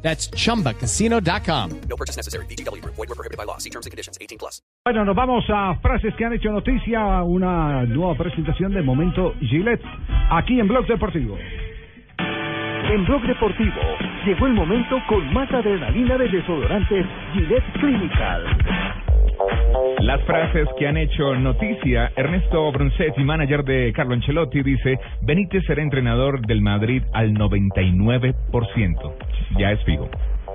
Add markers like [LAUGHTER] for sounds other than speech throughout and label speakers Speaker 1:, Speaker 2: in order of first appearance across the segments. Speaker 1: That's chumbacasino.com.
Speaker 2: No purchase necessary. BGW. Void were prohibited by law. See terms and conditions. 18 plus.
Speaker 3: Bueno, nos vamos a frases que han hecho noticia, una nueva presentación de Momento Gillette, aquí en Blog Deportivo.
Speaker 4: En Blog Deportivo llegó el momento con más adrenalina de desodorantes Gillette Clinical.
Speaker 5: Las frases que han hecho noticia, Ernesto Bronzetti, manager de Carlo Ancelotti, dice, Benítez será entrenador del Madrid al 99%. Ya es fijo.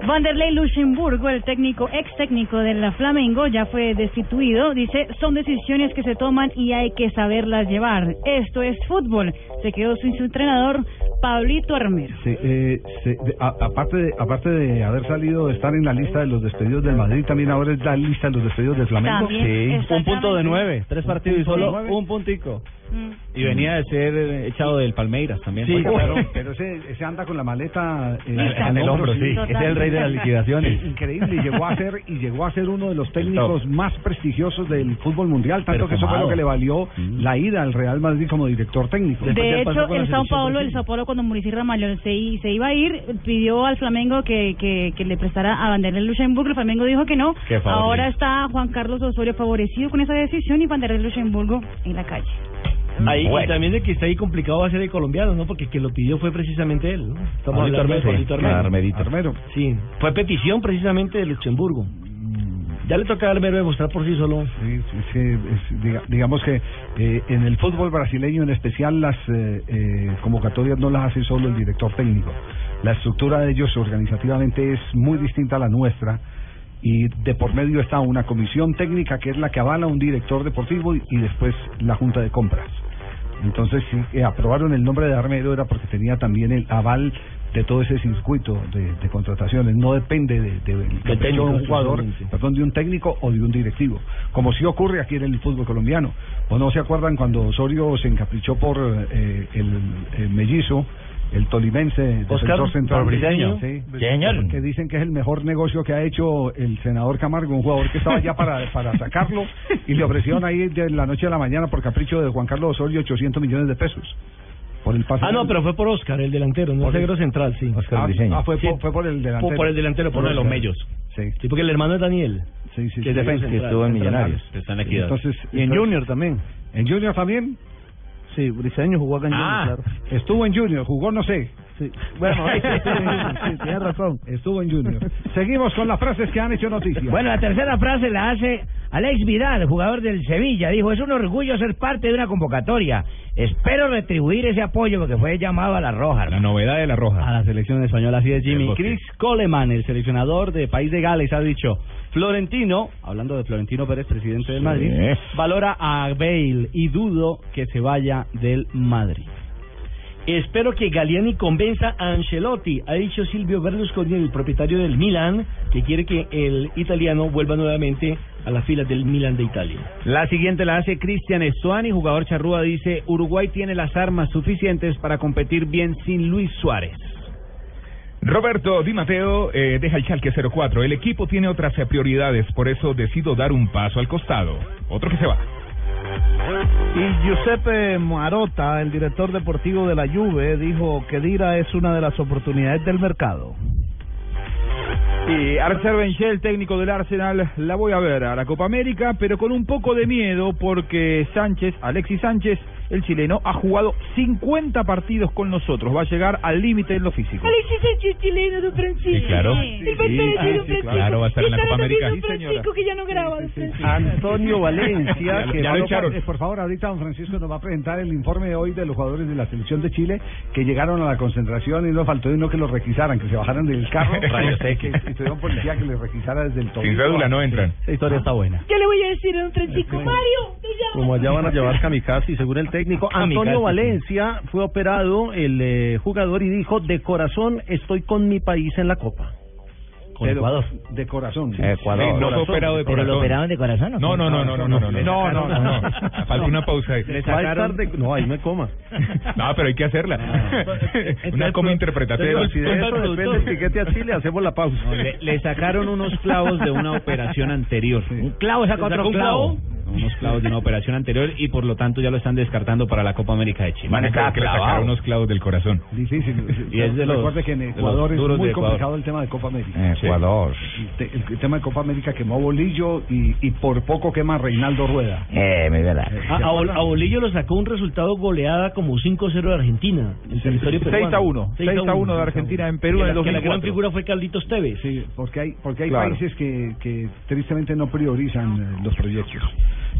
Speaker 6: Vanderlei Luxemburgo, el técnico ex técnico de la Flamengo, ya fue destituido. Dice, son decisiones que se toman y hay que saberlas llevar. Esto es fútbol. Se quedó sin su entrenador, Pablito Armero.
Speaker 3: Se- eh, se- de- a- aparte, de, aparte de haber salido, de estar en la lista de los despedidos del Madrid, también ahora es la lista de los despedidos del Flamengo.
Speaker 6: También, exactamente.
Speaker 7: Un punto de nueve, tres partidos y
Speaker 3: punto de
Speaker 7: solo
Speaker 3: nueve.
Speaker 7: un puntico.
Speaker 6: Mm.
Speaker 7: Y venía de ser eh, echado del Palmeiras también.
Speaker 3: Oiga,
Speaker 7: Oiga,
Speaker 3: pero, pero ese, ese anda con la maleta eh,
Speaker 7: En
Speaker 3: al
Speaker 7: el hombro, sí. Ese es el rey de las liquidaciones.
Speaker 3: Increíble, y llegó a ser y llegó a ser uno de los técnicos
Speaker 7: top.
Speaker 3: más prestigiosos del fútbol mundial, tanto
Speaker 7: Perfumado.
Speaker 3: que eso fue lo que le valió
Speaker 7: Mm.
Speaker 3: la ida al Real Madrid como director técnico.
Speaker 6: De
Speaker 7: pasó
Speaker 6: hecho,
Speaker 7: con la
Speaker 6: el Sao
Speaker 7: selección
Speaker 6: Paulo, el
Speaker 7: brasileña.
Speaker 6: Sao Paulo, cuando Muricy Ramalho se, i- se iba a ir, pidió al Flamengo que, que, que le prestara a Vanderlei Luxemburgo. El Flamengo dijo que no.
Speaker 7: Qué favorito.
Speaker 6: Ahora está Juan Carlos Osorio favorecido con esa decisión y Vanderlei Luxemburgo en la calle.
Speaker 8: [LAUGHS] Ahí,
Speaker 7: Bueno.
Speaker 8: Y también de que está ahí complicado va a ser el colombiano, ¿no? Porque quien lo pidió fue precisamente él, ¿no? Estamos
Speaker 7: Pablito
Speaker 8: hablando de
Speaker 7: Armero, sí,
Speaker 8: Pablito Armero.
Speaker 7: Armerito.
Speaker 3: Armero.
Speaker 8: Sí, fue petición precisamente de Luxemburgo.
Speaker 9: Mm.
Speaker 8: Ya le toca a Armero demostrar por sí solo.
Speaker 3: Sí, sí, sí, es- diga- digamos que eh, en el fútbol brasileño en especial las eh, eh, convocatorias no las hace solo el director técnico. La estructura de ellos organizativamente es muy distinta a la nuestra y de por medio está una comisión técnica que es la que avala un director deportivo y, y después la junta de compras. Entonces sí, eh, aprobaron el nombre de Armero era porque tenía también el aval de todo ese circuito de, de contrataciones. No depende de, de, del capricho de
Speaker 8: técnico,
Speaker 3: un jugador,
Speaker 8: precisamente.
Speaker 3: perdón, de un técnico o de un directivo, como sí ocurre aquí en el fútbol colombiano. ¿O no se acuerdan cuando Osorio se encaprichó por eh, el, el mellizo, el tolimense,
Speaker 8: Oscar
Speaker 3: defensor central
Speaker 8: Briseño.
Speaker 3: Sí.
Speaker 8: Señor.
Speaker 3: que dicen que es el mejor negocio que ha hecho el senador Camargo, un jugador que estaba ya para, para sacarlo y le ofrecieron ahí de la noche a la mañana por capricho de Juan Carlos Osorio 800 millones de pesos por el pase.
Speaker 8: Ah, no, pero fue por Oscar, el delantero, no el negro central, sí.
Speaker 3: Ah,
Speaker 7: Briseño.
Speaker 3: ah, fue,
Speaker 8: Sí.
Speaker 3: por, fue por el delantero.
Speaker 8: Por, por el delantero, por uno de los mellos.
Speaker 3: Sí,
Speaker 8: Sí, porque el hermano es Daniel.
Speaker 3: sí, sí.
Speaker 8: Que es defensa.
Speaker 7: que estuvo en
Speaker 8: Central.
Speaker 7: Millonarios.
Speaker 8: Está en Equidad.
Speaker 3: Entonces, entonces-
Speaker 7: también.
Speaker 3: ¿En Junior también?
Speaker 7: Sí, Briseño jugó acá en
Speaker 8: Junior, claro.
Speaker 3: Estuvo en Junior, jugó no sé.
Speaker 7: Bueno,
Speaker 3: tiene razón. Estuvo en Junior. Seguimos con las frases que han hecho
Speaker 7: [LAUGHS]
Speaker 3: noticia.
Speaker 9: [LAUGHS] Bueno, la tercera frase la hace Alex Vidal, jugador del Sevilla. Dijo, es un orgullo ser parte de una convocatoria. Espero retribuir ese apoyo porque fue llamado a la roja.
Speaker 5: La novedad de la roja.
Speaker 7: A la selección española, así es
Speaker 5: El
Speaker 7: Jimmy.
Speaker 5: bosque.
Speaker 7: Chris Coleman, el seleccionador de País de Gales, ha dicho, Florentino, hablando de Florentino Pérez, presidente del
Speaker 5: Sí.
Speaker 7: Madrid, valora a Bale y dudo que se vaya del Madrid.
Speaker 8: Espero que Galiani convenza a Ancelotti, ha dicho Silvio Berlusconi, el propietario del Milan, que quiere que el italiano vuelva nuevamente a las filas del Milan de Italia.
Speaker 7: La siguiente la hace Cristian Estuani, jugador charrúa, dice, Uruguay tiene las armas suficientes para competir bien sin Luis Suárez.
Speaker 5: Roberto Di Matteo eh, deja el Chalque 04. El equipo tiene otras eh, prioridades, por eso decido dar un paso al costado. Otro que se va.
Speaker 9: Y Giuseppe Marota, el director deportivo de la Juve, dijo que Dira es una de las oportunidades del mercado.
Speaker 5: Y Archer Benchel, técnico del Arsenal, la voy a ver a la Copa América, pero con un poco de miedo porque Sánchez, Alexis Sánchez, el chileno, ha jugado 50 partidos con nosotros. Va a llegar al límite en lo físico.
Speaker 6: Alexis Sánchez chileno, don Francisco.
Speaker 5: Sí, claro.
Speaker 6: El partido
Speaker 5: Sí,
Speaker 6: de don
Speaker 5: sí,
Speaker 6: Francisco.
Speaker 5: claro, va a estar en la
Speaker 6: Y está
Speaker 5: Copa América.
Speaker 6: Don
Speaker 5: Sí, señora.
Speaker 6: Francisco que ya no graba, don Francisco.
Speaker 3: Antonio
Speaker 5: Ya
Speaker 3: Valencia,
Speaker 5: lo-
Speaker 3: que
Speaker 5: ya
Speaker 3: va
Speaker 5: lo
Speaker 3: a-
Speaker 5: echaron.
Speaker 3: eh, por favor, ahorita don Francisco nos va a presentar el informe de hoy de los jugadores de la selección de Chile que llegaron a la concentración y no faltó de uno que los requisaran, que se bajaran del carro
Speaker 5: [LAUGHS] Rayos
Speaker 3: que, que tuvieron policía que les requisara desde el tobillo.
Speaker 5: Sin cédula no entran.
Speaker 7: Esa historia está buena.
Speaker 6: ¿Qué le voy a decir a don Francisco? Mario, te llamo.
Speaker 7: Como allá van a llevar kamikaze, según el técnico. Antonio Valencia fue eh, operado el jugador y dijo, de corazón estoy con mi país en la Copa. Con Ecuador.
Speaker 3: De corazón.
Speaker 10: Eh,
Speaker 7: Ecuador.
Speaker 5: Sí, no fue operado de
Speaker 7: ¿Pero lo
Speaker 5: corazón.
Speaker 7: operaron de corazón o
Speaker 5: No,
Speaker 7: qué? Ah,
Speaker 5: no, no, no, no, no, no, no, no, no, no, no. [LAUGHS] Falta una pausa ahí.
Speaker 3: No, ahí me coma.
Speaker 5: No, pero hay que hacerla. [LAUGHS] Una como interpretativa.
Speaker 3: Pero si de eso depende el piquete a Chile, hacemos la pausa.
Speaker 10: Le, le sacaron unos clavos de una operación anterior.
Speaker 7: Un clavo saca
Speaker 10: ¿Le sacó
Speaker 7: otro
Speaker 10: un
Speaker 7: clavo.
Speaker 10: Unos clavos de una operación anterior y por lo tanto ya lo están descartando para la Copa América de Chile.
Speaker 5: Van a tener que le sacaron unos clavos del corazón.
Speaker 3: Difícil.
Speaker 10: Y es de los-
Speaker 3: Recuerde que en
Speaker 10: de los
Speaker 3: Ecuador es
Speaker 10: duros
Speaker 3: muy
Speaker 10: de Ecuador. Eh.
Speaker 3: complicado el tema de Copa América.
Speaker 7: Ecuador.
Speaker 3: Te- El, tema de Copa América quemó a Bolillo y, y por poco quema a Reinaldo Rueda.
Speaker 7: Eh, mi verdad.
Speaker 3: ¿Se
Speaker 10: Ah,
Speaker 8: A, a Bol-
Speaker 3: acuerdan?
Speaker 8: a Bolillo lo sacó un resultado goleada como 5-0 de Argentina. En territorio
Speaker 11: 6
Speaker 8: peruano.
Speaker 11: a 1, 6 a 1 de Argentina en Perú
Speaker 8: Que
Speaker 11: en el
Speaker 8: la- que la gran
Speaker 11: 2004.
Speaker 8: figura fue Carlitos Tevez.
Speaker 3: Sí, porque hay, porque hay
Speaker 11: Claro.
Speaker 3: países que, que tristemente no priorizan eh, los proyectos.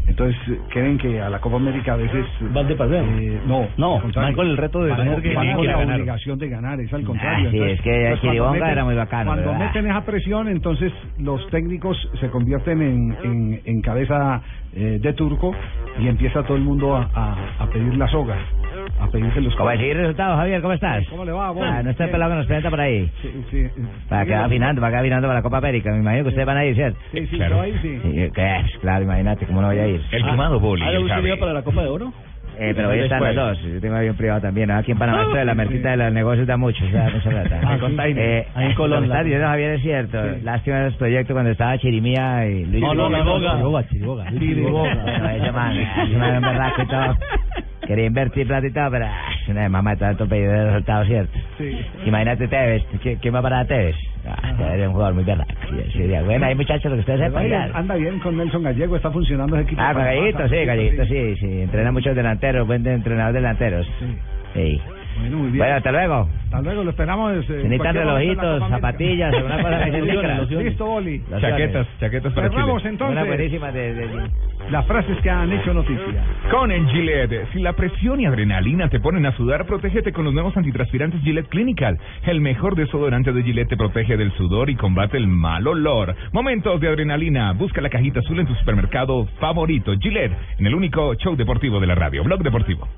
Speaker 3: Entonces, eh, creen que a la Copa América a veces... eh,
Speaker 8: Van de paseo.
Speaker 3: eh, no,
Speaker 8: No,
Speaker 3: al contrario.
Speaker 8: van con el reto de
Speaker 3: Van-
Speaker 8: tener que-
Speaker 3: van
Speaker 8: tienen
Speaker 3: con
Speaker 8: que
Speaker 3: la
Speaker 8: ganar.
Speaker 3: obligación de ganar, es al contrario.
Speaker 7: Ah, sí,
Speaker 3: Entonces,
Speaker 7: es que
Speaker 3: entonces cuando
Speaker 7: Chiribonga era muy bacano,
Speaker 3: Cuando
Speaker 7: ¿verdad?
Speaker 3: meten esa presión, entonces los técnicos se convierten en, en, en cabeza eh, de turco y empieza todo el mundo a, a, a pedir las sogas, a pedirse los
Speaker 7: ¿Cómo
Speaker 3: caballos.
Speaker 7: decir resultados, Javier? ¿Cómo estás?
Speaker 3: ¿Cómo le va, vos?
Speaker 7: Ah, no está el pelado que nos presenta por ahí.
Speaker 3: Sí, sí,
Speaker 7: Para que va afinando, para que va afinando para la Copa América. Me imagino que ustedes van a ir, ¿cierto?
Speaker 3: Sí, sí,
Speaker 5: Claro.
Speaker 3: yo ahí sí.
Speaker 7: Sí, claro, claro, imagínate cómo no voy a ir.
Speaker 5: El quemado boli.
Speaker 8: ¿Ah,
Speaker 5: el
Speaker 8: usted
Speaker 5: Javi.
Speaker 8: iba para la Copa de Oro?
Speaker 7: Eh, pero hoy están los dos. Yo tengo avión privado también. ¿no? Aquí en Panamá esto de la mercita de los negocios da mucho, o sea, mucha plata.
Speaker 8: Ah, sí.
Speaker 7: Eh,
Speaker 8: Ahí en Colón,
Speaker 7: Lo que
Speaker 8: la-
Speaker 7: estás diciendo, Javier, es cierto. Lástima de los proyectos cuando estaba Chirimía y Luis.
Speaker 8: No, no,
Speaker 7: Boga.
Speaker 8: Chiriboga.
Speaker 7: Chiriboga, Chiriboga. Bueno, ese man, ese man era un berraco y todo. Quería invertir plata y todo, pero ah, es una de mamá de tanto pedido de resultados, ¿cierto?
Speaker 3: Sí.
Speaker 7: Imagínate Tevez. ¿Qui- ¿Quién va para Tevez? Ah, Tevez es un jugador muy berraco. Sí, Sería bueno, hay muchachos lo que ustedes
Speaker 3: Pero
Speaker 7: sepan.
Speaker 3: ahí
Speaker 7: ya.
Speaker 3: Anda bien con Nelson Gallego, está funcionando ese equipo.
Speaker 7: Ah, con Gallito, sí, Gallito,
Speaker 3: Gallito,
Speaker 7: sí, sí. Entrena muchos delanteros, buen de- entrenador delanteros.
Speaker 3: Sí.
Speaker 7: Sí.
Speaker 3: Bueno, muy bien.
Speaker 7: Bueno, hasta luego.
Speaker 3: Hasta luego, lo esperamos. eh,
Speaker 7: Se necesitan
Speaker 3: cualquier momento en la
Speaker 7: relojitos,
Speaker 3: Copa América.
Speaker 7: zapatillas, alguna
Speaker 3: [LAUGHS]
Speaker 7: cosa que se indica.
Speaker 3: Listo, Boli.
Speaker 7: Las
Speaker 5: Chaquetas,
Speaker 7: flores.
Speaker 5: chaquetas para Chile.
Speaker 3: Cerramos
Speaker 7: Una
Speaker 3: entonces
Speaker 7: buenísima de... de- de-
Speaker 3: las frases que han hecho noticia.
Speaker 5: Con el Gillette, si la presión y adrenalina te ponen a sudar, protégete con los nuevos antitranspirantes Gillette Clinical. El mejor desodorante de Gillette te protege del sudor y combate el mal olor. Momentos de adrenalina. Busca la cajita azul en tu supermercado favorito. Gillette, en el único show deportivo de la radio, Blog Deportivo.